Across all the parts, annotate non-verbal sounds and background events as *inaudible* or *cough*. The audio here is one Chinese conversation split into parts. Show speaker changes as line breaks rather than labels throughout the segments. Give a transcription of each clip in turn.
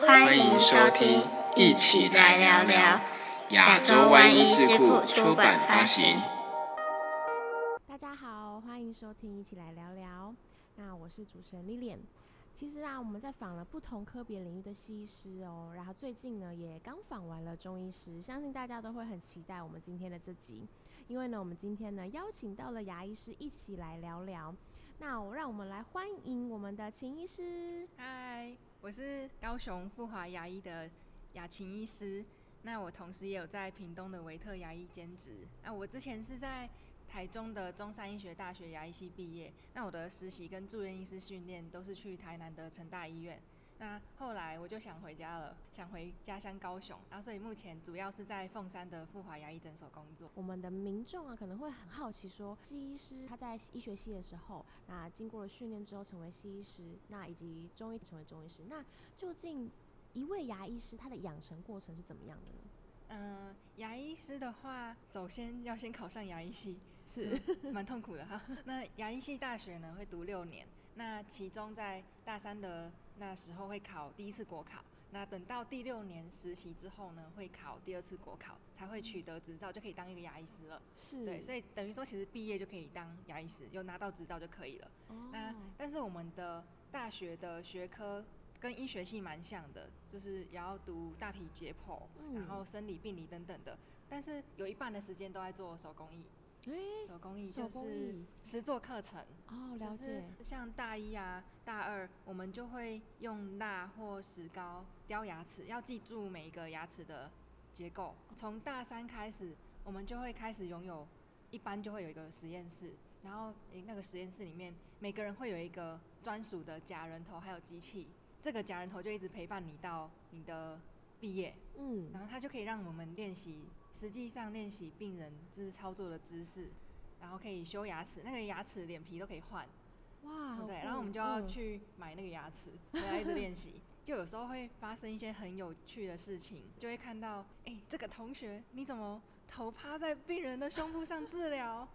欢迎收听《一起来聊聊》，亚洲湾一智库出版发行。
大家好，欢迎收听《一起来聊聊》。那我是主持人 Lilian。其实啊，我们在访了不同科别领域的西医师哦，然后最近呢也刚访完了中医师，相信大家都会很期待我们今天的这集，因为呢我们今天呢邀请到了牙医师一起来聊聊。那我让我们来欢迎我们的秦医师。
嗨，我是高雄富华牙医的雅琴医师。那我同时也有在屏东的维特牙医兼职。那我之前是在台中的中山医学大学牙医系毕业。那我的实习跟住院医师训练都是去台南的成大医院。那后来我就想回家了，想回家乡高雄。然、啊、后所以目前主要是在凤山的富华牙医诊所工作。
我们的民众啊，可能会很好奇说，西医师他在医学系的时候，那经过了训练之后成为西医师，那以及中医成为中医师，那究竟一位牙医师他的养成过程是怎么样的呢？
嗯、牙医师的话，首先要先考上牙医系，嗯
是
蛮痛苦的哈。 *laughs* 那牙医系大学呢会读六年，那其中在大三的那时候会考第一次国考，那等到第六年实习之后呢，会考第二次国考，才会取得执照，就可以当一个牙医师了。
是
对，所以等于说其实毕业就可以当牙医师，有拿到执照就可以了。
哦
那但是我们的大学的学科跟医学系蛮像的，就是也要读大体解剖，
嗯
然后生理、病理等等的。但是有一半的时间都在做手工艺，
诶
手工艺
手
就
工
是
艺
实作课程。
哦，了
就是
解，
像大一啊、大二，我们就会用蜡或石膏雕牙齿，要记住每一个牙齿的结构。从大三开始，我们就会开始拥有，一般就会有一个实验室，然后诶那个实验室里面，每个人会有一个专属的假人头，还有机器。这个假人头就一直陪伴你到你的毕业，
嗯，
然后它就可以让我们练习，实际上练习病人就是操作的姿势，然后可以修牙齿，那个牙齿、脸皮都可以换。
哇，好
哦对不对，
酷
然后我们就要
嗯
去买那个牙齿，回来一直练习。就有时候会发生一些很有趣的事情，就会看到，哎、这个同学你怎么头趴在病人的胸部上治疗？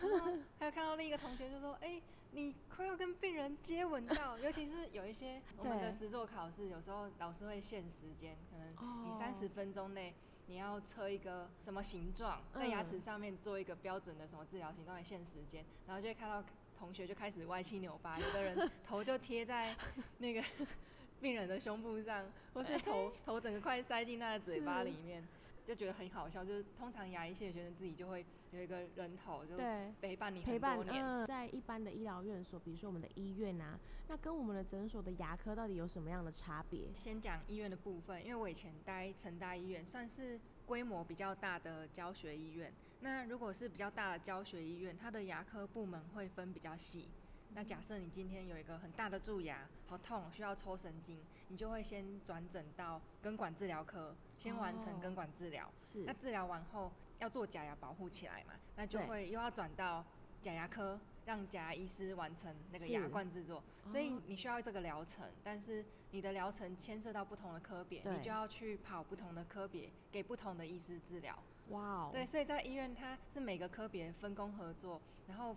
然后还有看到另一个同学就说，哎、你快要跟病人接吻到，尤其是有一些我们的
对
实作考试，有时候老师会限时间，可能你
哦
三十分钟内你要测一个什么形状，
嗯
在牙齿上面做一个标准的什么治疗形状的限时间，然后就会看到同学就开始歪七扭八，有的人头就贴在那个 *laughs* 病人的胸部上，或
*laughs*
是头头整个快塞进他的嘴巴
是
里面，就觉得很好笑。就是通常牙医系的学生自己就会有一个人头，就
对。
陪伴你
陪
很
伴
多，年。
嗯，在一般的医疗院所，比如说我们的医院啊，那跟我们的诊所的牙科到底有什么样的差别？
先讲医院的部分，因为我以前待成大医院，算是规模比较大的教学医院。那如果是比较大的教学医院，它的牙科部门会分比较细。那假设你今天有一个很大的蛀牙，好痛，需要抽神经，你就会先转诊到根管治疗科，先完
哦
成根管治疗。
是
那治疗完后要做假牙保护起来嘛，那就
对
会又要转到假牙科，让假牙医师完成那个
是
牙冠制作。所以
哦
你需要这个疗程，但是你的疗程牵涉到不同的科别，
对
你就要去跑不同的科别，给不同的医师治疗。
哇哦，
对，所以在医院它是每个科别分工合作，然后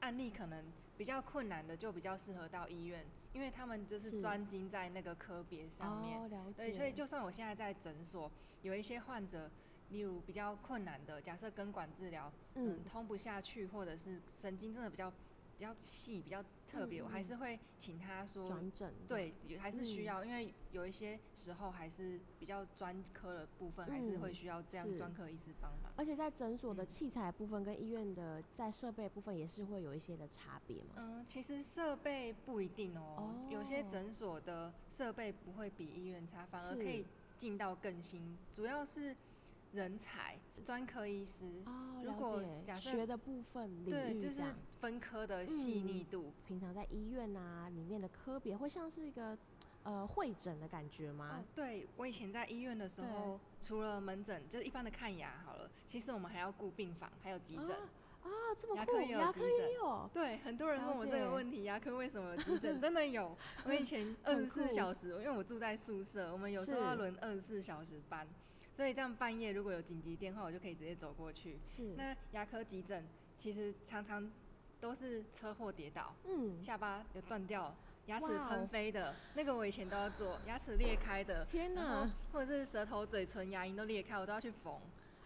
案例可能比较困难的就比较适合到医院，因为他们就是是专精在那个科别上面。
哦，了解，
对，所以就算我现在在诊所，有一些患者，例如比较困难的，假设根管治疗，嗯，
嗯，
通不下去，或者是神经真的比较比较细、比较特别，
嗯
我还是会请他说，
转诊，
嗯对，有还是
嗯
需要，因为有一些时候还是比较专科的部分，还是
嗯
会需要这
是
样专科医师帮忙。
而且在诊所的
嗯
器材部分跟医院的在设备部分也是会有一些的差别嘛？
嗯，其实设备不一定哦，有些
哦
诊所的设备不会比医院差，反而可
是
以进到更新，主要是人才、专科医师，
哦，
嗯如
了
果
解，
假设
学的部分领
对，
域
就
这
是
样。嗯
分科的细腻度。
平常在医院啊里面的科别会像是一个呃会诊的感觉吗
哦？，对我以前在医院的时候，除了门诊就是一般的看牙好了，其实我们还要顾病房，还有急诊。
啊，这么
牙
酷，
科也有
牙
急
科
诊
也有，
对，很多人
了
问我这
解
个问题，牙科为什么有
*laughs*
急诊？真的有。我以前二
很
十四
酷
小时，因为我住在宿舍，我们有时候
是
要轮二十四小时班，所以这样半夜如果有紧急电话，我就可以直接走过去。
是，
那牙科急诊其实常常都是车祸跌倒，
嗯， *laughs*
下巴有断掉，牙齿
哇哦
喷飞的那个我以前都要做，牙齿裂开的，
天
然后
哪，
或者是舌头、嘴唇、牙龈都裂开，我都要去缝，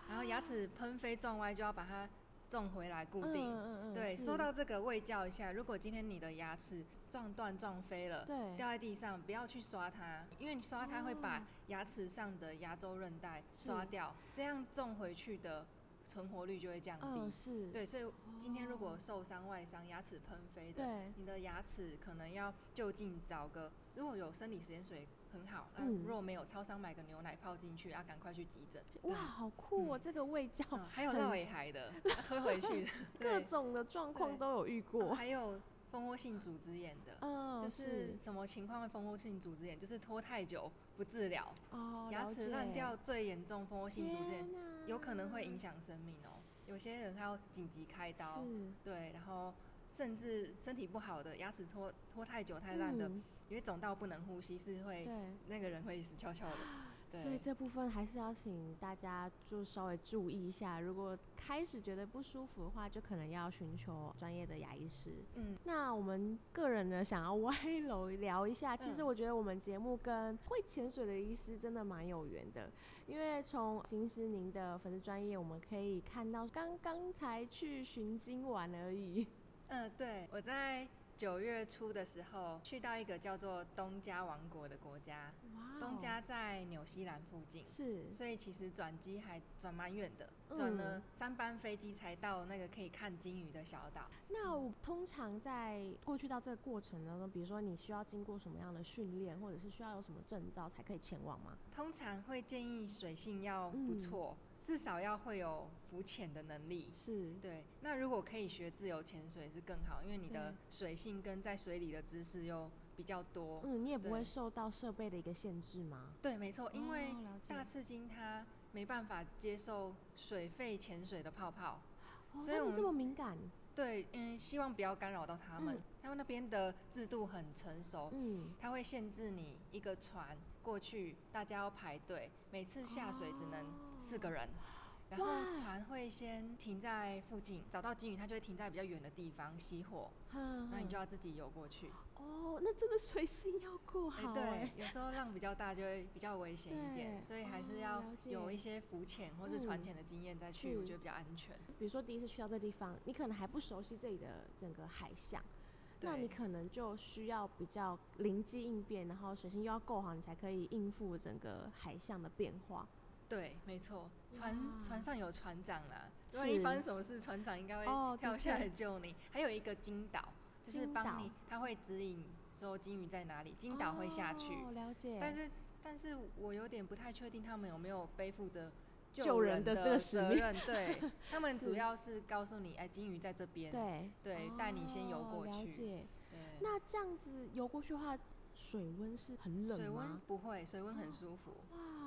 然后牙齿喷飞撞歪就要把它种回来固定。
嗯嗯
对，
是
说到这个，喂教一下，如果今天你的牙齿撞断、撞飞了，
对
掉在地上，不要去刷它，因为你刷它会
哦
把牙齿上的牙周韧带刷
是
掉，这样种回去的存活率就会降低。
嗯是，
对，所以今天如
哦
果受伤、外伤、牙齿喷飞的，
对
你的牙齿可能要就近找个，如果有生理食盐水很好，那、
嗯
如果没有，超商买个牛奶泡进去，啊，赶快去急诊。
哇，好酷哦，
嗯
这个味教
嗯，还有
很，
绕也孩的，要推回去的
*laughs*
*laughs*
各
对，
种的状况
对
都有遇过，
啊还有蜂窝性组织炎的。
嗯，
就是什么情况会蜂窝性组织炎？就是拖太久不治疗，
哦，
牙齿烂掉
了
最严重，蜂窝
解，
性组织炎
天
有可能会影
哪
响生命哦。有些人还要紧急开刀，
是
对，然后甚至身体不好的，牙齿拖拖太久太烂的，
嗯
因为肿到不能呼吸，是会
对。啊
那个人会死翘翘的。
所以
对，
这部分还是要请大家就稍微注意一下，如果开始觉得不舒服的话，就可能要寻求专业的牙医师。
嗯，
那我们个人呢，想要歪楼聊一下，其实
嗯
我觉得我们节目跟会潜水的医师真的蛮有缘的，因为从行师您的粉丝专业，我们可以看到刚刚才去巡经完而已。
嗯、对，我在九月初的时候去到一个叫做东加王国的国家，
哇
东加在纽西兰附近。
*laughs* 是
所以其实转机还转蛮远的，转了
嗯
三班飞机才到那个可以看鲸鱼的小岛。
那我通常在过去到这个过程当中，比如说你需要经过什么样的训练，或者是需要有什么证照才可以前往吗？
通常会建议水性要不
嗯
错，至少要会有浮潜的能力。
是，
对，那如果可以学自由潜水是更好，因为你的
对
水性跟在水里的知识又比较多。
嗯，你也不会
对
受到设备的一个限制吗？
对，没错，因为
哦了解
大刺金它没办法接受水肺潜水的泡泡。
哦
所以
他们
我
这么
们
敏感，
对，嗯，希望不要干扰到他们。
嗯
他们那边的制度很成熟，
嗯，
它会限制你一个船过去，大家要排队，每次下水只能四个人。然后
哦哇
船会先停在附近，找到金鱼，它就会停在比较远的地方熄火，嗯那
那
你就要自己游过去。
哦，那真的水性要够
哎、
好哎
对，，有时候浪比较大就会比较危险一
*laughs* 对
点，所以还
哦
是要
了解
有一些浮潜或是船
嗯
潜的经验再去，我
是
觉得比较安全。
比如说第一次去到这地方，你可能还不熟悉这里的整个海象，那你
对
可能就需要比较灵机应变，然后水性又要够好，你才可以应付整个海象的变化。
对，没错，船
哇
船上有船长啦，万一
是
发生什么事，船长应该
哦的
会跳下
确
来救你。还有一个金岛，就是
金
帮你
岛，
他会指引说金鱼在哪里，金岛会下去。
哦、了解。
但是，但是我有点不太确定他们有没有背负着
救人
人
的这个使
责
命
任。
*laughs*
对他们
是
主要是告诉你，哎，金鱼在这边，
对
对带你先游
哦
过
了
去
解。
对
那这样子游过去的话，水温是很冷
水温
吗？
不会，水温
哦
很舒服，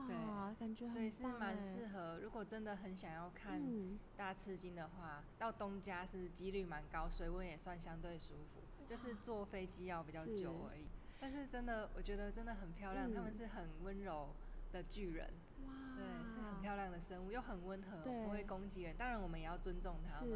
哇，感觉
所以
很
是
棒
蛮
哎
适合。如果真的很想要看
嗯，
大吃惊的话，到东加是几率蛮高，水温也算相对舒服，就是坐飞机要比较久
是
而已。但是真的，我觉得真的很漂亮，他
嗯
们是很温柔的巨人，
哇，
对，是很漂亮的生物，又很温和，
对
不会攻击人。当然，我们也要尊重他们，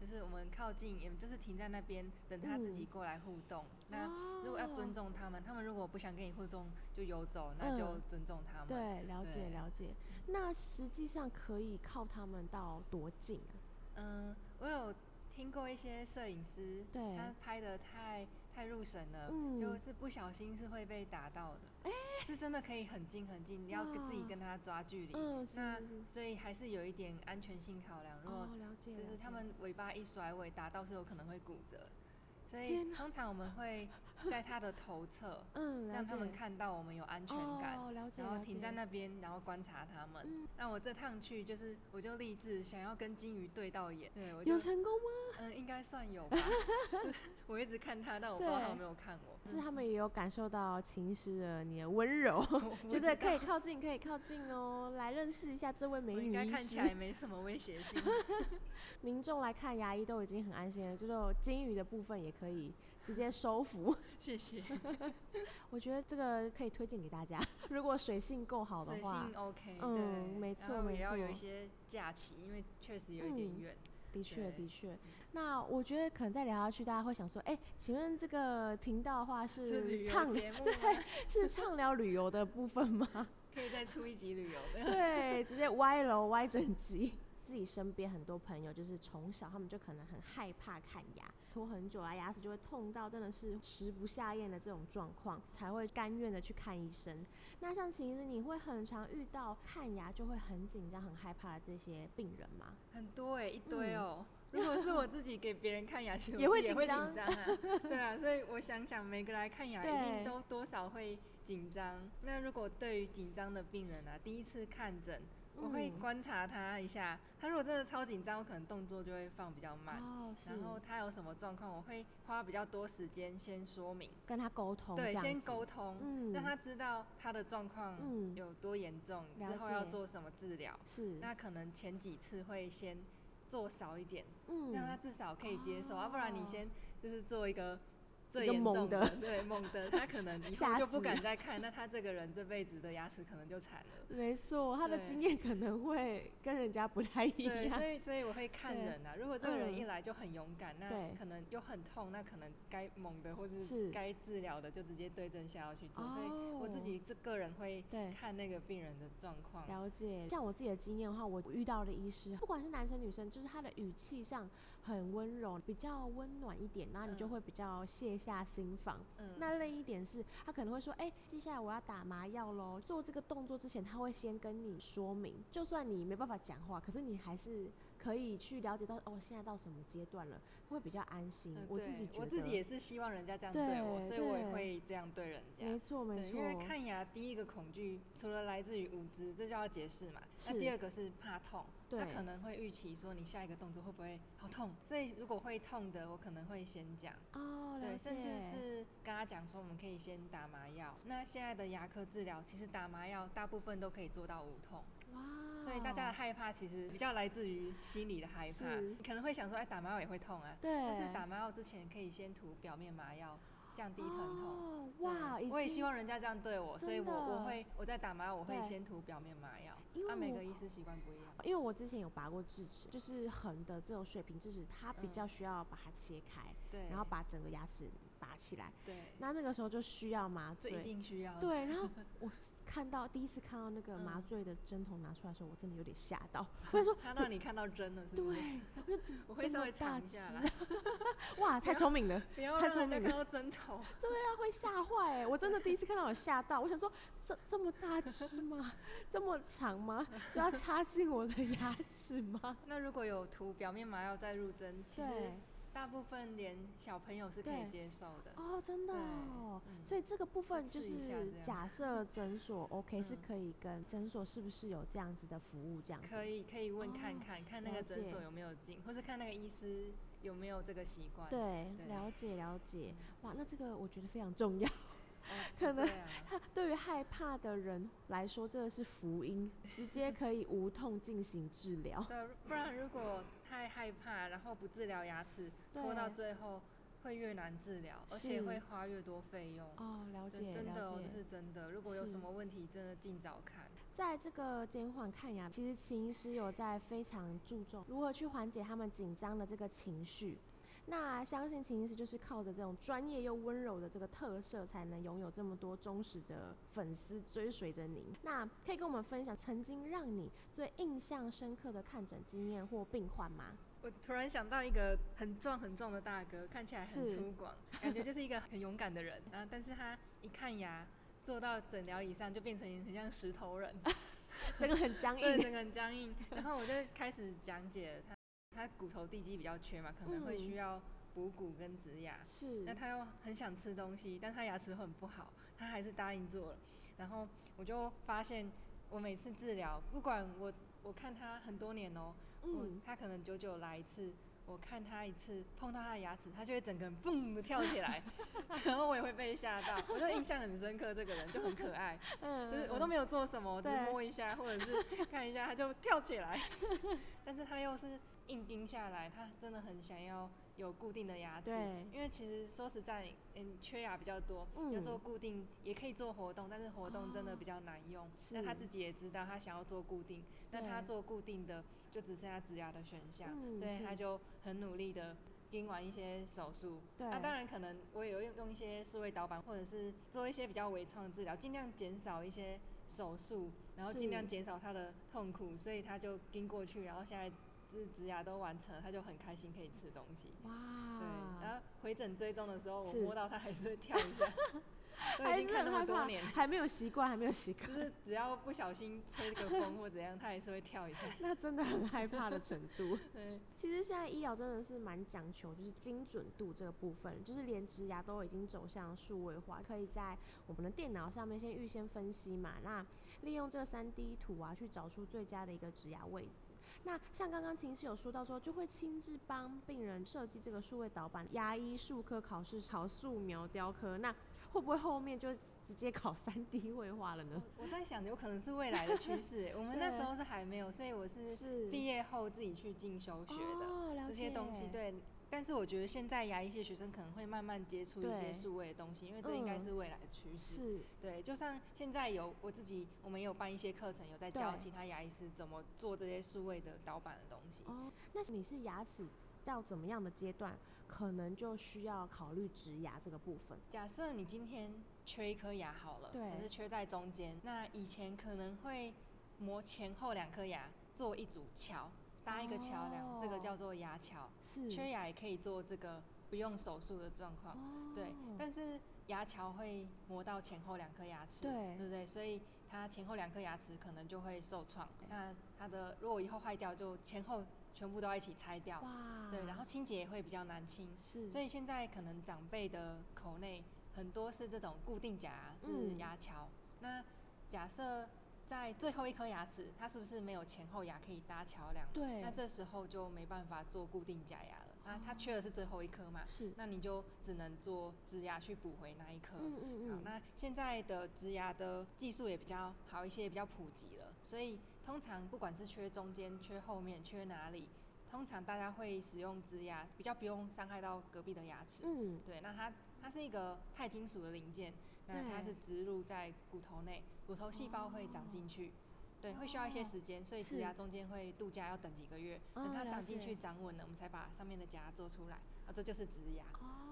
是，
就是我们靠近，也就是停在那边等他自己
嗯
过来互动。那如果要尊
哦
重他们，他们如果不想跟你互动就游走，那就
嗯
尊重他们。
对，了解
对嗯
了解。那实际上可以靠他们到多近啊？
嗯，我有听过一些摄影师，
对
他拍的太太入神了，
嗯
就是不小心是会被打到的。是真的可以很近很近，你要跟自己
哇
跟他抓距离。
哦嗯，是
那
是是。
所以还是有一点安全性考量，如果
哦，了解。
就
了
是他
解
们尾巴一甩尾打到是有可能会骨折，所
天
以通常我们会在他的头侧
*laughs* 嗯，了
让他们
解
看到我们有安全感。
哦，了解。
然后
了
停在
解
那边，然后观察他们。
嗯
那我这趟去就是，我就立志想要跟金鱼对到眼。对，我就
有成功吗？
嗯，应该算有吧。 *laughs* 我一直看他，但我不知道他有没有看我。 *laughs*
是啊他们也有感受到秦师的你的温柔，觉得
*laughs*
可以靠近，可以靠近哦，来认识一下这位美
我应
女
该
医
看起来
师。
没什么威胁
*laughs*
性。
民众来看牙医都已经很安心了，就是金鱼的部分也可以直接收服。 *laughs*
谢谢。
我觉得这个可以推荐给大家， *laughs* 如果水性够好的
水
话
性，OK，
嗯
对，
没
然
错
后
没
也要有一
错
些假期，因为确实有一点
嗯
远。
的确，
对
的确。那我觉得可能再聊下去，大家会想说，哎、请问这个频道的话
是旅
是
游
畅
节目吗，
是畅聊旅游的部分吗？
可以再出一集旅游
*laughs*
的。
对，直接歪楼歪整集。 *laughs* 自己身边很多朋友，就是从小他们就可能很害怕看牙，拖很久啊，牙齿就会痛到真的是食不下咽的这种状况，才会甘愿的去看医生。那像其实你会很常遇到看牙就会很紧张、很害怕的这些病人吗？
很多哎、一堆哦、如果是我自己给别人看牙，其实
嗯
我
*laughs* 也会
自己也会
紧
紧
张
张啊。
*laughs*
对啊，所以我想想，每个来看牙
对
一定都多少会紧张。那如果对于紧张的病人啊，第一次看诊，我会
嗯
观察他一下。他如果真的超紧张，我可能动作就会放比较慢。
哦，是
然后他有什么状况，我会花比较多时间先说明，
跟他沟通，哦
对，
这样
先
子
沟通，
嗯，
让他知道他的状况
嗯
有多严重，
了
之后要
解
做什么治疗。
是
那可能前几次会先做少一点，
嗯
让他至少可以接受，啊要不然你
哦
先就是做一个最
一个
严
猛
重
的
的，对猛的，他可能以
吓
后就
死
不敢再看，那他这个人这辈子的牙齿可能就惨了。
*laughs* 没错，他的
对
经验可能会跟人家不太一
对，
样
所。以所以我会看
对
人啊，如果这个人一
嗯
来就很勇敢，
对
那可能又很痛，那可能该猛的或
是
是该治疗的就直接对症下药去做。所以我自
哦
己这个人会
对
看那个病人的状况，
了解，像我自己的经验的话，我遇到的医师，不管是男生女生，就是他的语气上很温柔，比较温暖一点，然后你就
嗯
会比较卸下心防。
嗯，
那另一点是，他可能会说，哎、接下来我要打麻药喽。做这个动作之前，他会先跟你说明，就算你没办法讲话，可是你还是可以去了解到，哦，现在到什么阶段了，会比较安心。
嗯
我自己
对
觉得，
我自己也是希望人家这样对我，
对
所以我也
对
会这样对人家。
没错没
对，
错
因，为看牙第一个恐惧除了来自于无知，这就要解释嘛。那
是
第二个是怕痛，
对
他可能会预期说你下一个动作会不会好痛，所以如果会痛的，我可能会先讲。
哦，了
对，甚至
解
是跟他讲说，我们可以先打麻药。那现在的牙科治疗，其实打麻药大部分都可以做到无痛，
哇，
所以大家的害怕其实比较来自于心理的害怕。
哦是
你可能会想说，哎，打麻药也会痛啊，
对，
但是打麻药之前可以先涂表面麻药，降低疼痛。
哦、
对
哇，已
我也
经
希望人家这样对我，所以我
真的
我会我在打麻药，我会
对
先涂表面麻药。
因为
啊，每
我
个医师习惯不一样。
因为我之前有拔过智齿，就是横的这种水平智齿，它比
嗯
较需要把它切开，
对，
然后把整个牙齿拔起来。
对，
那那个时候就需要麻
这一
醉。
定需要的。
对，然后我是看到第一次看到那个麻
嗯
醉的针筒拿出来的时候，我真的有点吓到。我就说，
*laughs* 他让你看到真了，是不是？
对，我就怎么
我会
这
稍
么
微
大
尝一下
只啊
啦。
*laughs* 哇，太聪明了，
不要
太
让
聪
人家
明
看到针头。 *laughs*
对啊，会吓坏哎！我真的第一次看到有吓到，我想说这这么大只
*laughs*
吗？这么长吗？就要插进我的牙齿吗？
那如果有涂表面麻药再入针， *laughs* 其实
对。
大部分连小朋友是可
对
以接受的。
哦，真的
对
哦、
嗯
所以这个部分就
试一下
是
这样
假设诊所 OK 是
嗯
可以跟诊所是不是有这样子的服务这样子？
可以可以问看
哦
看，看那
了
个诊所
解
有没有进，或是看那个医师有没有这个习惯。哦，
对，
对嗯
了解了解。哇，那这个我觉得非常重要。 *laughs* *laughs* 可能
对啊。
他对于害怕的人来说，这个是福音，直接可以无痛进行治疗
对，不然如果太害怕，然后不治疗牙齿，拖到
对
最后会越难治疗，而且
是
会花越多费用。
哦，了
真
解
真的
了
*laughs* 哦，
解
这。是真的。如果有
是
什么问题，真的尽早看。
在这个减缓看牙，其实秦医师有在非常注重如何去缓解他们紧张的这个情绪。那相信秦医师就是靠着这种专业又温柔的这个特色，才能拥有这么多忠实的粉丝追随着您。那可以跟我们分享曾经让你最印象深刻的看诊经验或病患吗？
我突然想到一个很壮很壮的大哥，看起来很
是
粗犷，感觉就是一个很勇敢的人。然后，但是他一看牙，坐到诊疗椅上就变成很像石头
*laughs*
人，
整个很僵
*laughs* 对，
硬，
整个很僵硬。然后我就开始讲解他，他骨头地基比较缺嘛，可能会
嗯
需要补骨跟植牙。
是
那他又很想吃东西，但他牙齿很不好，他还是答应做了。然后我就发现，我每次治疗，不管我我看他很多年哦、嗯
嗯，，
他可能久久来一次，我看他一次，碰到他的牙齿，他就会整个人蹦的跳起
*laughs*
来，然后我也会被吓到，我就印象很深刻，这个人就很可爱，就
*laughs*
是
嗯
我都没有做什么，我只是
对 *laughs*
摸一下或者是看一下，他就跳起来，但是他又是硬盯下来，他真的很想要有固定的牙齿
对，
因为其实说实在，嗯，缺牙比较多，
嗯
要做固定也可以做活动，但是活动真的比较难用。那他
哦是
自己也知道，他想要做固定，那他
对
做固定的就只剩下植牙的选项，
嗯
所以他
是
就很努力的。盯完一些手术，
对，
那、当然可能我也有用用一些数位导板，或者是做一些比较微创的治疗，尽量减少一些手术，然后尽量
是
减少他的痛苦，所以他就盯过去，然后现在植植牙都完成了，他就很开心可以吃东西。对，然
哇，
后回诊追踪的时候，我
啊是
摸到他还是会跳
*laughs*
一下，都已
还
经
是
看
很
那么
害
多
怕
年，，
还没有习惯，还没有习
就
惯，
*laughs* 是只要不小心吹个风或怎样，他还是会跳一
*laughs*
下。
那真的很害怕的程度。
对，
其实现在医疗真的是蛮讲求就是精准度这个部分，就是连植牙都已经走向数位化，可以在我们的电脑上面先预先分析嘛，那利用这三 D 图啊去找出最佳的一个植牙位置。那像刚刚秦师有说到说，就会亲自帮病人设计这个数位导板，牙医、术科考试、考素描、雕刻，那会不会后面就直接考 *laughs* 三 D 绘画了呢？
我在想，有可能是未来的趋势。欸我们那
对
时候是还没有，所以我是
是
毕业后自己去进修学的。
哦，了
这些东西
解，
对。但是我觉得现在牙医系学生可能会慢慢接触一
对
些数位的东西，因为这应该
嗯
是未来的趋势。
是
对，就像现在有我自己，我们也有办一些课程，有在教
对
其他牙医师怎么做这些数位的导板的东西。
哦，那你是牙齿到怎么样的阶段，可能就需要考虑植牙这个部分？
假设你今天缺一颗牙好了，
对
可是缺在中间，那以前可能会磨前后两颗牙做一组桥，搭一个桥梁，这个
哦
叫做牙桥。
是
缺牙也可以做这个不用手术的状况。
哦，
对，但是牙桥会磨到前后两颗牙齿，
对
对不对？所以它前后两颗牙齿可能就会受创。那它的如果以后坏掉，就前后全部都要一起拆掉。
哇，
对，然后清洁也会比较难清。
是，
所以现在可能长辈的口内很多是这种固定夹，是
嗯
牙桥。那假设在最后一颗牙齿，它是不是没有前后牙可以搭桥梁了？
对哦
那这时候就没办法做固定假牙了。那它缺的是最后一颗嘛？
是，
那你就只能做植牙去补回那一颗。
嗯嗯
好
嗯，，
那现在的植牙的技术也比较好一些，也比较普及了，所以通常不管是缺中间、缺后面、缺哪里，通常大家会使用植牙，比较不用伤害到隔壁的牙齿。
嗯
对，那它它是一个钛金属的零件，那它
对
是植入在骨头内，骨头细胞会长进去。对，会需要一些
哦
时间，所以
是
植牙中间会度假，要等几个月，
哦
等它
了
长进
解
去、长稳了，我们才把上面的夹做出来。啊，这就是植牙。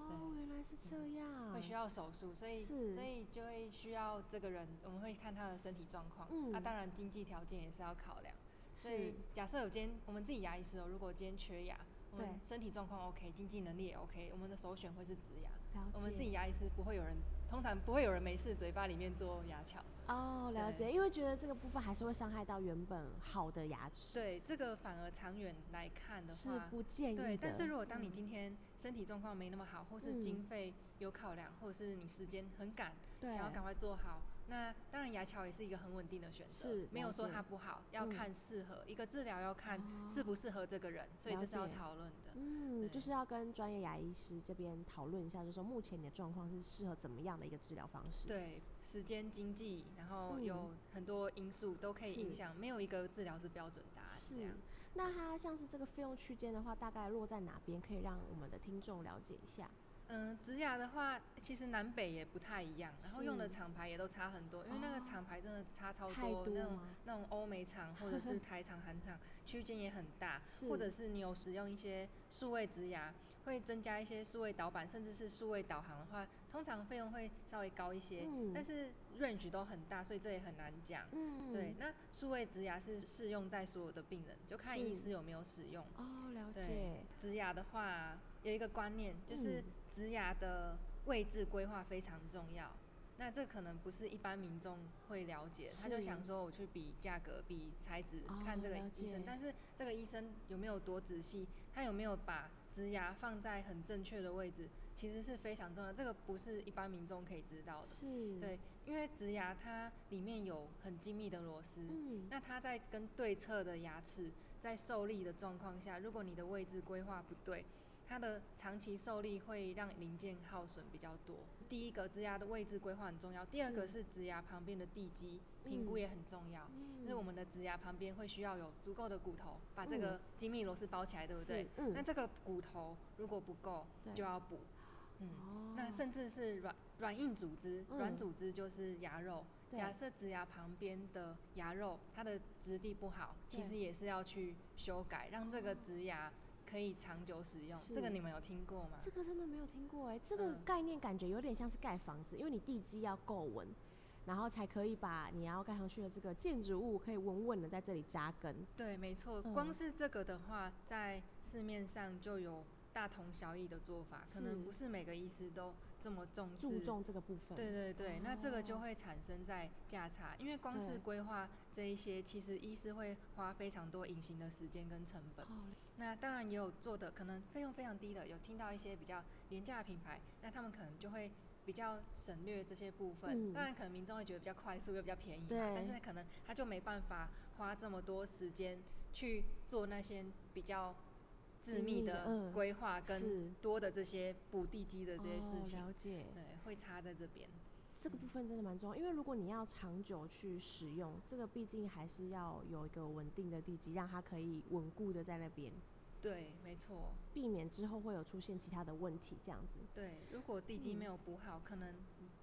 哦，原来是这样，
嗯会需要手术，所以
嗯是
所以就会需要这个人，我们会看他的身体状况，啊
嗯
那、当然经济条件也是要考量。所
是
以假设有今天我们自己牙医师哦，如果今天缺牙，我们
对
身体状况 OK，经济能力也 OK，我们的首选会是植牙。
了
我们自
解
己牙医师不会有人，通常不会有人没事嘴巴里面做牙桥。
哦，了
对
解，因为觉得这个部分还是会伤害到原本好的牙齿，
对，这个反而长远来看的
是
话，
不建议的。
对。但是如果当你
嗯
今天身体状况没那么好，或是
嗯
经费有考量，或者是你时间很赶，
对
想要赶快做好。那当然，牙桥也是一个很稳定的选择
是，
没
了
有说
解
它不好，要
嗯哦
看适合、一个治疗要看适不适合这个人，所以
了
这是要
解
讨论的。
嗯，就
对
是要跟专业牙医师这边讨论一下，就是说目前你的状况是适合怎么样的一个治疗方式？
对，时间、经济，然后有很多因素都可
嗯
以
是
影响，没有一个治疗是标准答案。啊这样
是，那它像是这个费用区间的话，大概落在哪边？可以让我们的听众了解一下。
嗯，植牙的话，其实南北也不太一样，然后用的
是
厂牌也都差很多，因为那
哦
个厂牌真的差超
太
多，
多
那种
吗？
那种欧美厂或者是台厂、韩厂 *laughs* 区间也很大，
是
或者是你有使用一些数位植牙，会增加一些数位导板，甚至是数位导航的话，通常费用会稍微高一些，
嗯
但是 range 都很大，所以这也很难讲。
嗯，
对，，那数位植牙是适用在所有的病人，就看医
是
师有没有使用。
哦，了
对
解，
植牙的话，有一个观念就是
嗯
植牙的位置规划非常重要。那这可能不是一般民众会了解，他就是想说我去比价格、比材质
哦，
看这个
了
医
解
生，但是这个医生有没有多仔细，他有没有把植牙放在很正确的位置，其实是非常重要，这个不是一般民众可以知道的。
是，，
对，因为植牙它里面有很精密的螺丝，
嗯，
那它在跟对侧的牙齿在受力的状况下，如果你的位置规划不对，它的长期受力会让零件耗损比较多。第一个枝芽的位置规划很重要，第二个是枝芽旁边的地基
嗯
评估也很重要。因为我们的植牙旁边会需要有足够的骨头，把这个精密螺丝包起来，对不对？
嗯
那这个骨头如果不够，
对
就要补。嗯，
哦
那甚至是软软硬组织，
嗯
软组织就是牙肉。
对
假设植牙旁边的牙肉它的质地不好，
对
其实也是要去修改，让这个植牙可以长久使用。
是
这个你们有听过吗？
这个真的没有听过哎、这个
嗯
概念感觉有点像是盖房子，因为你地基要够稳，然后才可以把你要盖上去的这个建筑物可以稳稳的在这里扎根。
对，没错，
嗯
光是这个的话，在市面上就有大同小异的做法，可
是
能不是每个医师都这么重视。
注重这个部分。
对对对，那这个就
哦
会产生在价差，因为光
对
是规划这一些，其实医师会花非常多隐形的时间跟成本。
哦，
那当然也有做的，可能费用非常低的，有听到一些比较廉价的品牌，那他们可能就会比较省略这些部分。
嗯
当然，可能民众会觉得比较快速又比较便宜嘛，
对
但是可能他就没办法花这么多时间去做那些比较致
精密
密
的
的
嗯
规划跟
是
多的这些补地基的这些事情。
哦、了解。
对，会差在这边。
这个部分真的蛮重要，因为如果你要长久去使用，这个毕竟还是要有一个稳定的地基，让它可以稳固的在那边，
对，没错，
避免之后会有出现其他的问题这样子。
对。如果地基没有补好，可能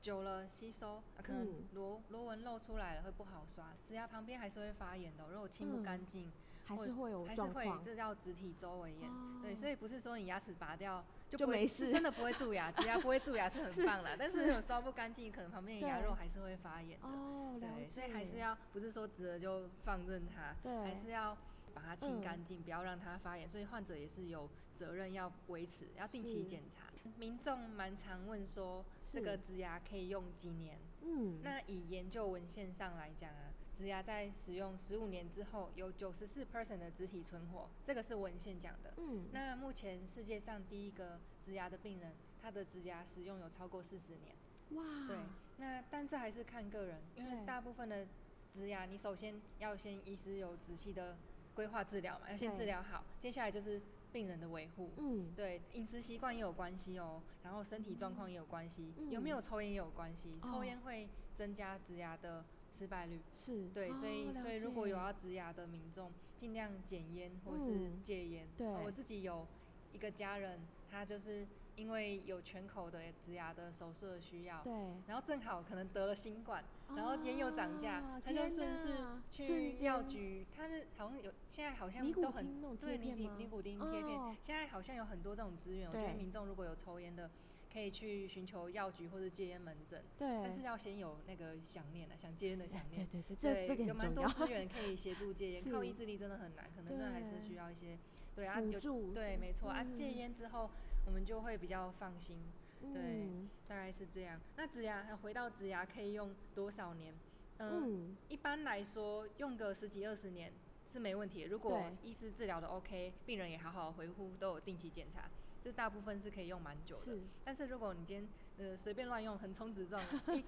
久了吸收，啊可
嗯
能螺螺纹露出来了会不好刷，指甲旁边还是会发炎的哦。如果清不干净，
还
或
是会嗯有
还是
状
会，
况，哦
这叫植体周围炎。对，所
以
以不是说你牙齿拔掉就
就
不会
没
是
事
真的不会蛀牙，指甲不会蛀牙是很棒啦。但
是
是如果刷不干净，可能旁边的牙
对
肉还是会发炎的。
哦，了
对，
解，
所以还是要不是说直了就放任它，
对
还是要把它
嗯
清干净，不要让它发炎。所以患者也是有责任要维持，要定期
是
检查。民众蛮常问说，这个
是
植牙可以用几年？
嗯，
那以研究文献上来讲啊，植牙在使用十五年之后，有九十四 percent 的植体存活，这个是文献讲的。
嗯，
那目前世界上第一个植牙的病人，他的植牙使用有超过四十年。
哇，
对，那但这还是看个人，因
啊对
为大部分的植牙，你首先要先医师有仔细的规划治疗嘛，要先
对
治疗好，接下来就是病人的维护。
嗯，
对，饮食习惯也有关系哦，然后身体状况也有关系，有没有
嗯
抽烟也有关系，
哦
抽烟会增加植牙的失败率。
是，
对，所以
哦了
所以如果有
解
要植牙的民众，尽量减烟或是
嗯
戒烟。啊
对
我自己有一个家人，他就是因为有全口的植牙的手术的需要，
对，
然后正好可能得了新冠，然后烟又涨价，
哦
他就
天
顺势
哪瞬
去
间
药局，他是好像有现在好像
尼古
都很
丁那种贴
对尼
片
古
吗
尼古丁贴片，
哦
现在好像有很多这种资源，我觉得
对
民众如果有抽烟的，可以去寻求药局或者戒烟门诊，但是
对，
要先有那个想念啊，想戒烟的想
对
念。
对对， *laughs* 这这
对，
点
有蛮
很重
多
要，
资源可以协助
*laughs*
戒烟，
是
靠意志力真的很难，可能真的还是
对
需要一些对啊，
辅
有
助，
对，没错啊，戒
嗯
烟之后我们就会比较放心，对
嗯
大概是这样。那植牙呃回到植牙可以用多少年？嗯，
嗯，
一般来说用个十几二十年是没问题的。如果
对
医师治疗的 OK，病人也好好回护，都有定期检查，这大部分是可以用蛮久的。
是，
但是如果你今天呃随便乱用，横冲直撞，
*laughs*
一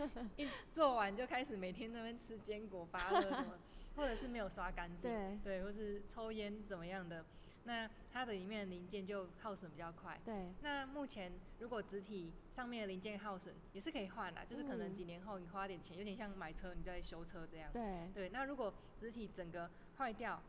一做完就开始每天在那边吃坚果、芭乐什
*laughs*
么，或者是没有刷干净，
对
对，或是抽烟怎么样的，那它的里面的零件就耗损比较快。
对，
那目前如果植体上面的零件耗损也是可以换啦，就是可能
嗯
几年后你花点钱，有点像买车你在修车这样。
对，
对，那如果植体整个坏掉，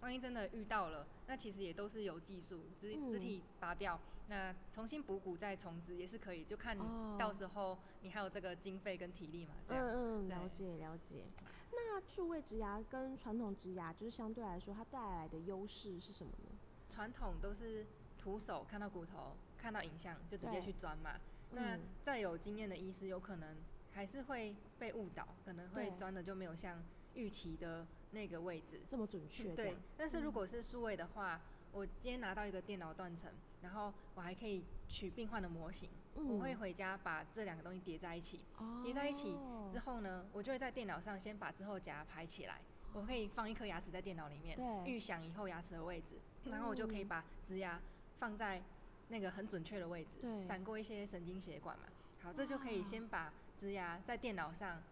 万一真的遇到了，那其实也都是有技术，植
嗯
植体拔掉，那重新补骨再重植也是可以，就看
哦
你到时候你还有这个经费跟体力嘛，这样。
嗯嗯，了解
对
了解。那数位植牙跟传统植牙，就是相对来说，它带来的优势是什么呢？
传统都是徒手看到骨头，看到影像就直接
对
去钻嘛。那
嗯
再有经验的医师，有可能还是会被误导，可能会
对
钻的就没有像预期的那个位置。
这么准确，这
嗯对
样，，
但是如
嗯
果是数位的话，我今天拿到一个电脑断层，然后我还可以取病患的模型，我会
嗯
回家把这两个东西叠在一起，叠在一起
哦
之后呢，我就会在电脑上先把之后夹排起来，我可以放一颗牙齿在电脑里面，
对嗯
预想以后牙齿的位置，然后我就可以把植牙放在那个很准确的位置
对，
闪过一些神经血管嘛。好，这就可以
哇
先把植牙在电脑上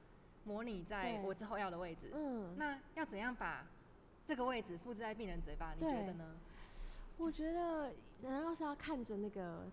模拟在
对
我之后要的位置。
嗯，
那要怎样把这个位置复制在病人嘴巴？你
对
觉得呢？
我觉得难道是要看着那个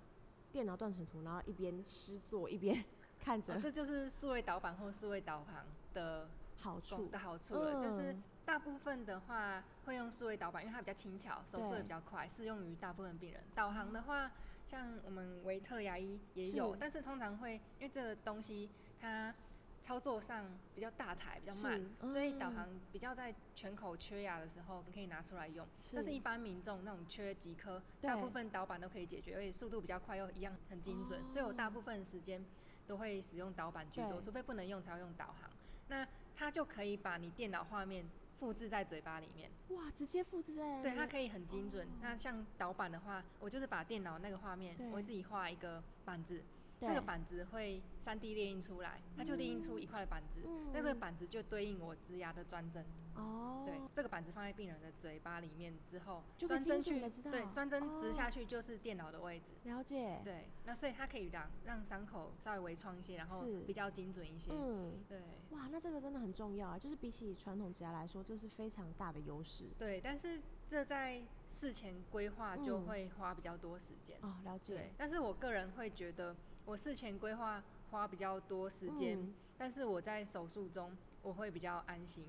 电脑断层图，然后一边诗作一边 *laughs* 看着
哦这就是数位导板或数位导航的
好
功
处？
的好处了，就是
嗯
大部分的话会用数位导板，因为它比较轻巧，手速
对
也比较快，适用于大部分病人。导航的话，像我们维特牙医也
是
有，但是通常会因为这个东西它操作上比较大台，比较慢，
是
所以导
嗯
航比较在全口缺牙的时候可以拿出来用。但是
是
一般民众那种缺几颗，大
对
部分导板都可以解决，而且速度比较快又一样很精准，所以我大部分时间都会使用导板居多，
对
除非不能用才会用导航。那它就可以把你电脑画面复制在嘴巴里面，
哇，直接复制在
对，
那
它
个
可以很精准。那像导板的话，我就是把电脑那个画面，
对
我会自己画一个板子，这
对
个板子会3 D 列印出来，它就列印出一块板子，
嗯
那这个板子就对应我植牙的专针。
哦，
对，这个板子放在病人的嘴巴里面之后，
就可以
专针
精准
去
地知道
对，专针
哦
直下去就是电脑的位置。
了解，
对，那所以它可以让让伤口稍微微创一些，然后
是
比较精准一些。
嗯，
对
哇，那这个真的很重要啊，就是比起传统指甲来说，这是非常大的优势
对，但是这在事前规划就
嗯
会花比较多时间。
哦。了
对
解，，
但是我个人会觉得，我事前规划花比较多时间，
嗯
但是我在手术中我会比较安心，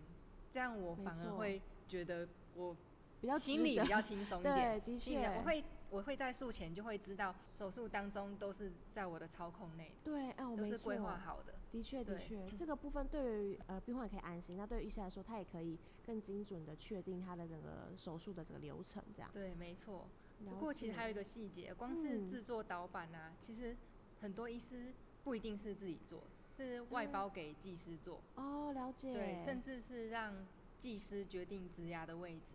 这样我
没
反而
错
会觉得我
比较
心
值
里
得
比较
*laughs*
轻松一点。
对，的
心里
确
我会我会在术前就会知道，手术当中都是在我的操控内，
对，哦，
都
没
是
错
规，划好的。
的确的
对
确，这个部分对于呃病患也可以安心，那对于医师来说，他也可以更精准的确定他的整个手术的这个流程，这样。
对，没错。
了
不过其实还有一
解
个细节，光是
嗯
制作导板啊，其实很多医师不一定是自己做，是外
嗯
包给技师做，
哦，了解，
对，甚至是让技师决定植牙的位置。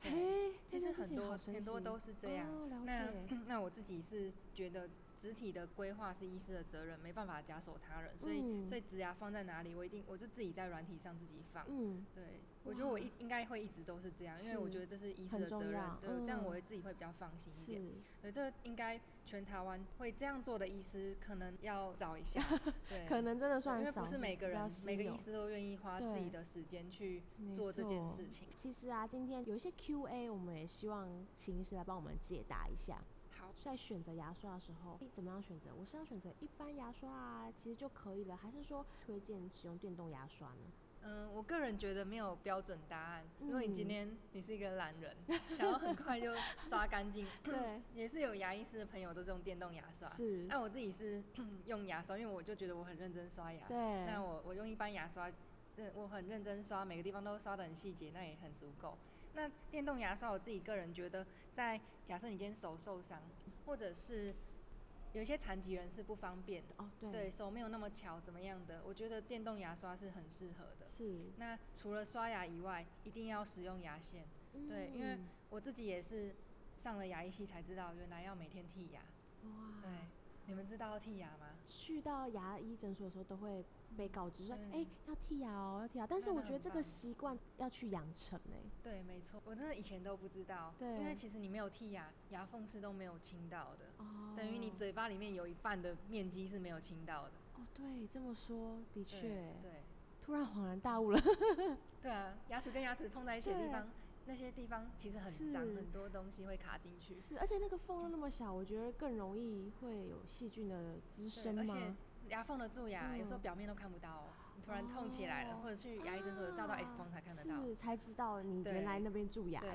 对，
嘿，这
其
件
实
事
很
情
多
好神
很多
奇
都是这样。
哦，了
那
解，
那我自己是觉得肢体的规划是医师的责任，没办法假手他人，所以、
嗯
所以植牙放在哪里，我一定我就自己在软体上自己放。
嗯，
对，我觉得我一应该会一直都是这样，因为我
是
觉得这是医师
很
的
重
责任
要，
对，这样
嗯
我会自己会比较放心一点。
是，
对，这个应该全台湾会这样做的医师可能要找一下，
*laughs*
对，
可能真的算
对因为
少，
不是每个
比较
人
稀
每个
有
医师都愿意花自己
对
的时间去
没
做这件
错
事情。
其实啊，今天有一些 Q&A，我们也希望秦医师来帮我们解答一下。
好，
在选择牙刷的时候，诶怎么样选择？我是要选择一般牙刷啊，其实就可以了，还是说推荐使用电动牙刷呢？
嗯，我个人觉得没有标准答案。如果你
嗯
今天你是一个懒
*laughs*
人，想要很快就刷干净，
对，
*laughs* 也是有牙医师的朋友都是用电动牙刷。
是，
那我自己是用牙刷，因为我就觉得我很认真刷牙。
对，
那我我用一般牙刷，对我很认真刷，每个地方都刷的很细节，那也很足够。那电动牙刷，我自己个人觉得在，假设你今天手受伤，或者是有一些残疾人是不方便，
哦，对，
对手没有那么巧怎么样的，我觉得电动牙刷是很适合的。
是，
那除了刷牙以外，一定要使用牙线。对因为
嗯
我自己也是上了牙医系才知道，原来要每天剔牙。对
哇，，
你们知道要剔牙吗？
去到牙医诊所的时候都会被告知说，哎、
嗯
要剔牙哦，要剔牙。但是
那
我
那
觉得
很
这
棒
个习惯要去养成哎、
对，没错，我真的以前都不知道，
对
因为其实你没有剔牙，牙缝是都没有清到的，
哦，
等于你嘴巴里面有一半的面积是没有清到的。
哦，对，这么说的
对
确，
对，
突然恍然大悟了， *laughs*
对啊，牙齿跟牙齿碰在一起的地
对
方，那些地方其实很脏，
是
很多东西会卡进去。
是，而且那个缝又那么小，我觉得更容易会有细菌的滋
对，
生
而且
嘛。
牙缝的蛀牙，有时候
嗯
表面都看不到哦，你突然痛起来了，
哦
或者去牙医诊所照到 X 光才看得到。
啊是才知道你
对
原来那边蛀牙了。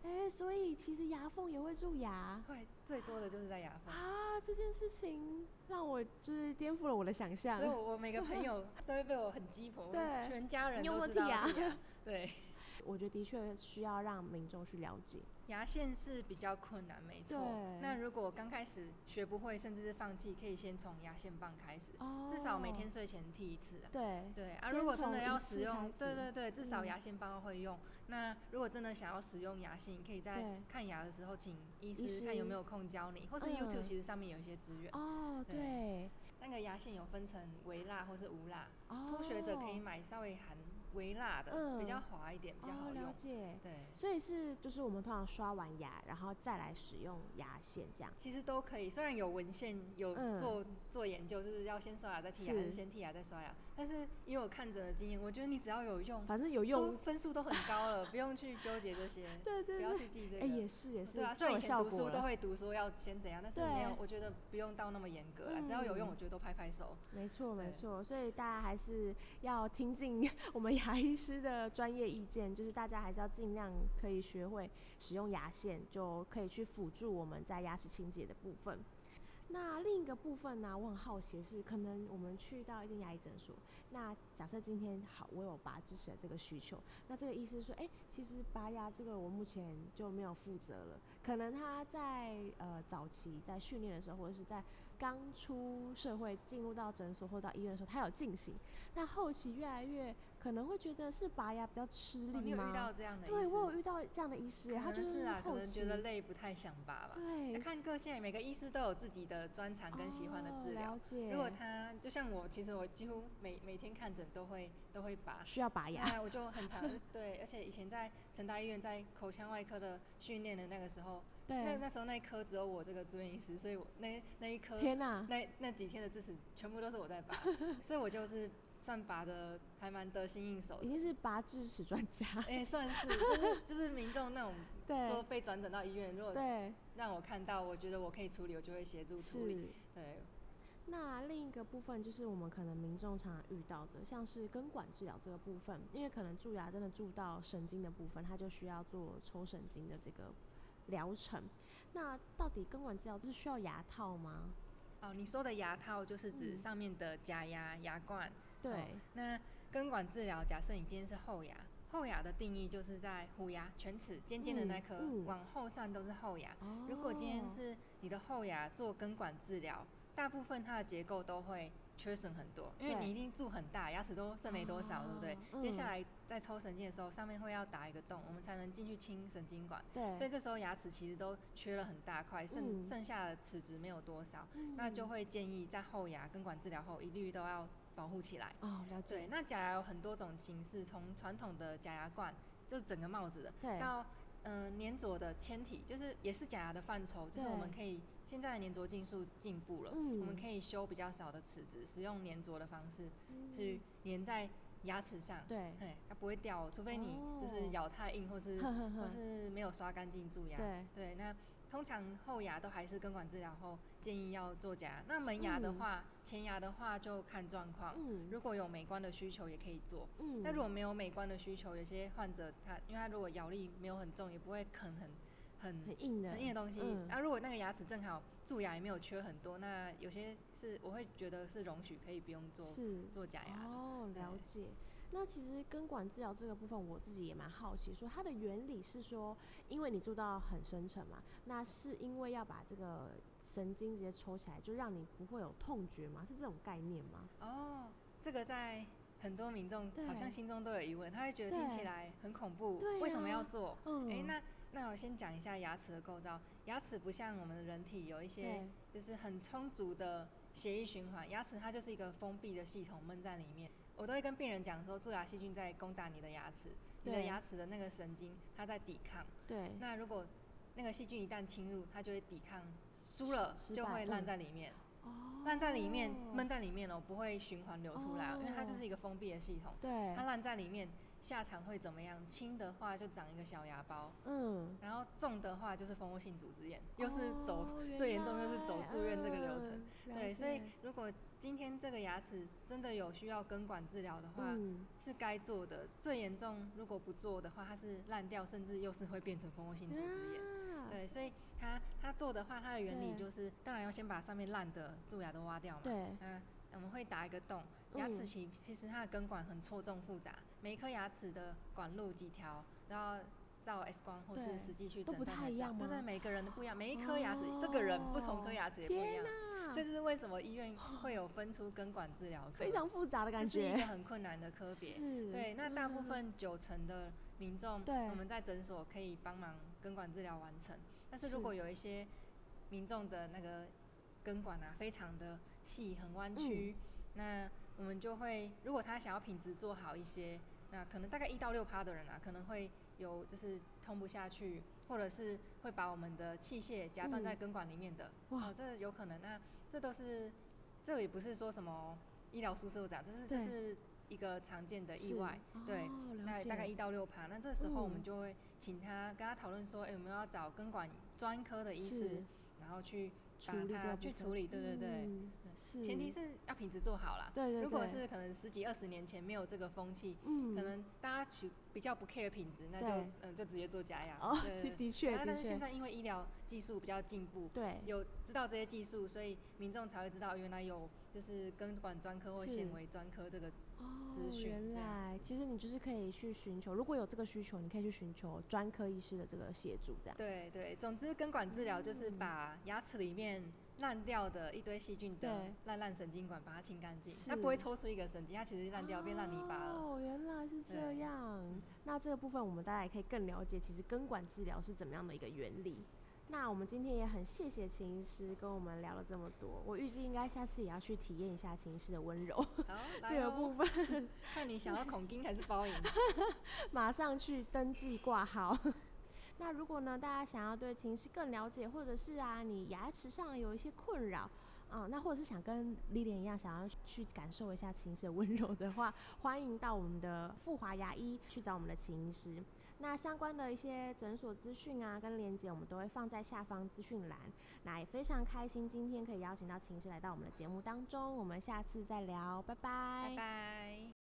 对，
哎、所以其实牙缝也会蛀牙
会最多的就是在牙缝。
啊！这件事情让我就是颠覆了我的想象
所以。我我每个朋友都会被我很鸡婆，
对
全家人
你有没
都
有
知道
剔牙
要剔牙。对，
*laughs* 我觉得的确需要让民众去了解。
牙线是比较困难，没错
对。
那如果刚开始学不会，甚至是放弃，可以先从牙线棒开始，
哦
至少每天睡前剔一次啊。
对
对啊，
先
如果真
从
的
一
要
次
使用
开，始
对对对，至少
嗯
牙线棒会用。那如果真的想要使用牙线，你可以在
对
看牙的时候请医
医
师看有
师
没有空教你，或是
嗯
YouTube 其实上面有一些资源。
哦，
对
对，
那个牙线有分成微蜡或是无蜡，
哦，
初学者可以买稍微含微蜡的，比较
嗯
滑一点，比较
哦，
好
了
用。
解。
对，
所以是就是我们通常刷完牙，然后再来使用牙线这样。
其实都可以，虽然有文献有
嗯
做、做研究，就是要先刷牙再剔牙，
是
还是先剔牙再刷牙，但是以我看诊的经验，我觉得你只要有用，
反正有
都
用。
分数都很高
*laughs*
了，不用去纠结这些，
对
不
对
要
对，
去记这
哎、
个。
也是也是，
对啊，
就
像
有
以前
效
读
果
书都
了。
会读说要先怎样，但是
对嗯
没有，我觉得不用到那么严格啦，只要有用，我觉得都拍拍手。
没错没
对
错，所以大家还是要听进 *laughs* 我们牙医师的专业意见，就是大家还是要尽量可以学会使用牙线，就可以去辅助我们在牙齿清洁的部分。那另一个部分呢、我很好奇的是，可能我们去到一间牙医诊所，那假设今天好，我有拔智齿的这个需求，那这个医师说，哎、其实拔牙这个我目前就没有负责了，可能他在呃早期在训练的时候，或者是在刚出社会进入到诊所或到医院的时候，他有进行，但后期越来越可能会觉得是拔牙比较吃
哦你
力
有
吗？
遇到这样的意思？
对我有遇到这样的医师，
可
他就
能是啊，可
后
能
期
觉得累，不太想拔吧。要
对
看个性，每个医师都有自己的专长跟喜欢的
哦
治疗。
了解，
如果他就像我，其实我几乎每每天看诊都会都会拔，
需要拔牙，
那我就很常 *laughs* 对，而且以前在成大医院在口腔外科的训练的那个时候，那
对，
那时候那一科只有我这个住院医师，所以我那那一科
天哪、
那那几天的智齿全部都是我在拔，
*laughs*
所以我就是算拔的还蛮得心应手
已 *laughs*
的。
经是拔智齿专
*laughs*
家，
哎、算是，就是就是民众那种说
*laughs* 对
被转诊到医院，如果
对
让我看到，我觉得我可以处理，我就会协助处理。
是。
对，
那另一个部分就是我们可能民众常常遇到的，像是根管治疗这个部分，因为可能蛀牙真的蛀到神经的部分，它就需要做抽神经的这个疗程。那到底根管治疗这是需要牙套吗？
哦，你说的牙套就是指
嗯
上面的假牙、牙冠。
对，
那根管治疗，假设你今天是后牙，后牙的定义就是在虎牙、犬齿尖尖的那
嗯
颗、
嗯
往后算都是后牙。
哦
如果今天是你的后牙做根管治疗，大部分它的结构都会缺损很多，因为
对
你一定蛀很大，牙齿都剩没多少，对不对？
哦
接下
嗯
来在抽神经的时候，上面会要打一个洞，我们才能进去清神经管。所
对，
以这时候牙齿其实都缺了很大块，剩、
嗯
剩下的齿质没有多少，那就
嗯
会建议在后牙根管治疗后一律都要保护起来。
哦了解，
对，那假牙有很多种形式，从传统的假牙冠，就是整个帽子的，
对，
到嗯、呃粘着的铅体，就是也是假牙的范畴，就是我们
对
可以现在的粘着技术进步了，
嗯
我们可以修比较少的齿质，使用粘着的方式去粘在牙齿上，
嗯对，
对，它不会掉哦，除非你就是
哦
咬太硬或是
*laughs* 呵呵
或
呵，
是没有刷干净蛀牙。
对，
对，那通常后牙都还是根管治疗后建议要做假牙。那门牙的话，前牙的话就看状况，
嗯
如果有美观的需求也可以做。
嗯，
那如果没有美观的需求，有些患者他因为他如果咬力没有很重，也不会啃很很
很硬的，
很硬的东西。
嗯
那、如果那个牙齿正好蛀牙也没有缺很多，那有些是我会觉得是容许可以不用做
是
做假牙的。
哦，了解。那其实根管治疗这个部分，我自己也蛮好奇，说它的原理是说，因为你做到很深层嘛，那是因为要把这个神经直接抽起来，就让你不会有痛觉嘛，是这种概念吗？
哦，这个在很多民众好像
对
心中都有疑问，他会觉得听起
对
来很恐怖，
对
为什么要
啊
做？
嗯，
哎、那那我先讲一下牙齿的构造。牙齿不像我们的人体有一些
对，
就是很充足的血液循环，牙齿它就是一个封闭的系统，闷在里面。我都会跟病人讲说，蛀牙细菌在攻打你的牙齿，你的
对嗯
牙齿的那个神经它在抵抗。
对，
那如果那个细菌一旦侵入，它就会抵抗，输了
失
就
败
会烂
嗯
在里面，
哦
烂在里面，闷在里面哦，不会循环流出来哦，因为它就是一个封闭的系统。
对
它，烂在里面，下场会怎么样？轻的话就长一个小牙包，
嗯，
然后重的话就是蜂窝性组织炎，又是走、
哦
最严重又是走
原
住院这个流
来
程。
嗯
对，
了
所以
解
如果今天这个牙齿真的有需要根管治疗的话，
嗯，
是该做的。最严重，如果不做的话，它是烂掉，甚至又是会变成蜂窝性组织炎。
啊
对，所以它它做的话，它的原理
对
就是，当然要先把上面烂的蛀牙都挖掉嘛。
对，
嗯，我们会打一个洞，牙齿
嗯
其其实它的根管很错综复杂，每一颗牙齿的管路几条，然后照 X 光或是
对
实际去
都
诊
不
断
太
才
一
知道
样
对对，
吗
每个人都不一样，每一颗牙齿，这个人不同颗
哦
牙齿也不一
天
样，
哪，
这就是为什么医院会有分出根管治疗科，
非常复杂的
这
感
是一
觉，
个很困难的科别。
是
对，那大部
嗯
分九成的民众，
对
我们在诊所可以帮忙根管治疗完成。但是
是
如果有一些民众的那个根管啊，非常的细，很弯曲，
嗯
那我们就会，如果他想要品质做好一些，那可能大概一到六趴的人啊，可能会有就是通不下去，或者是会把我们的器械夹
嗯
断在根管里面的。
哇
哦，这有可能。那这都是，这也不是说什么医疗宿舍长，这是这
对
是一个常见的意
是
外，对
哦了
那
解
大概一到六趴。那这时候我们
嗯
就会请他跟他讨论说，哎、我们要找根管专科的医师
是，
然后去
处
把
理这
它
个
去
部
处理，对对
分
对。
嗯是
前提是要品质做好啦。
对对对，
如果是可能十几二十年前没有这个风气，
嗯，
可能大家去比较不 care 品质，那就
对
嗯、就直接做假牙。
哦，
对
的
对对
的确
然后但
的
是现
确，
在因为医疗技术比较进步，
对，
有知道这些技术，所以民众才会知道原来有就是根管专科或
是
纤维专科这个。
哦
资，讯
原
这样
来其实你就是可以去寻求，如果有这个需求，你可以去寻求专科医师的这个协助，这样。
对对，总之根管治疗就是把牙齿里面烂掉的一堆细菌的
对
烂烂神经管把它清干净，
是
它不会抽出一个神经，它其实烂掉变烂泥巴了。
哦，原来是这
对嗯
样。那这个部分我们大家也可以更了解，其实根管治疗是怎么样的一个原理。那我们今天也很谢谢秦医师跟我们聊了这么多，我预计应该下次也要去体验一下秦医师的温柔
好，
*laughs* 这
来
个
哦，
部分，
看你想要孔钉还是
*laughs*
包银。
马上去登记挂号。 *laughs* 那如果呢，大家想要对秦医师更了解，或者是啊，你牙齿上有一些困扰，啊、那或者是想跟 Lilian 一样，想要去感受一下秦医师的温柔的话， *laughs* 欢迎到我们的富华牙医去找我们的秦医师。那相关的一些诊所资讯啊，跟链接我们都会放在下方资讯栏。那也非常开心今天可以邀请到秦医师来到我们的节目当中，我们下次再聊，拜拜
拜拜。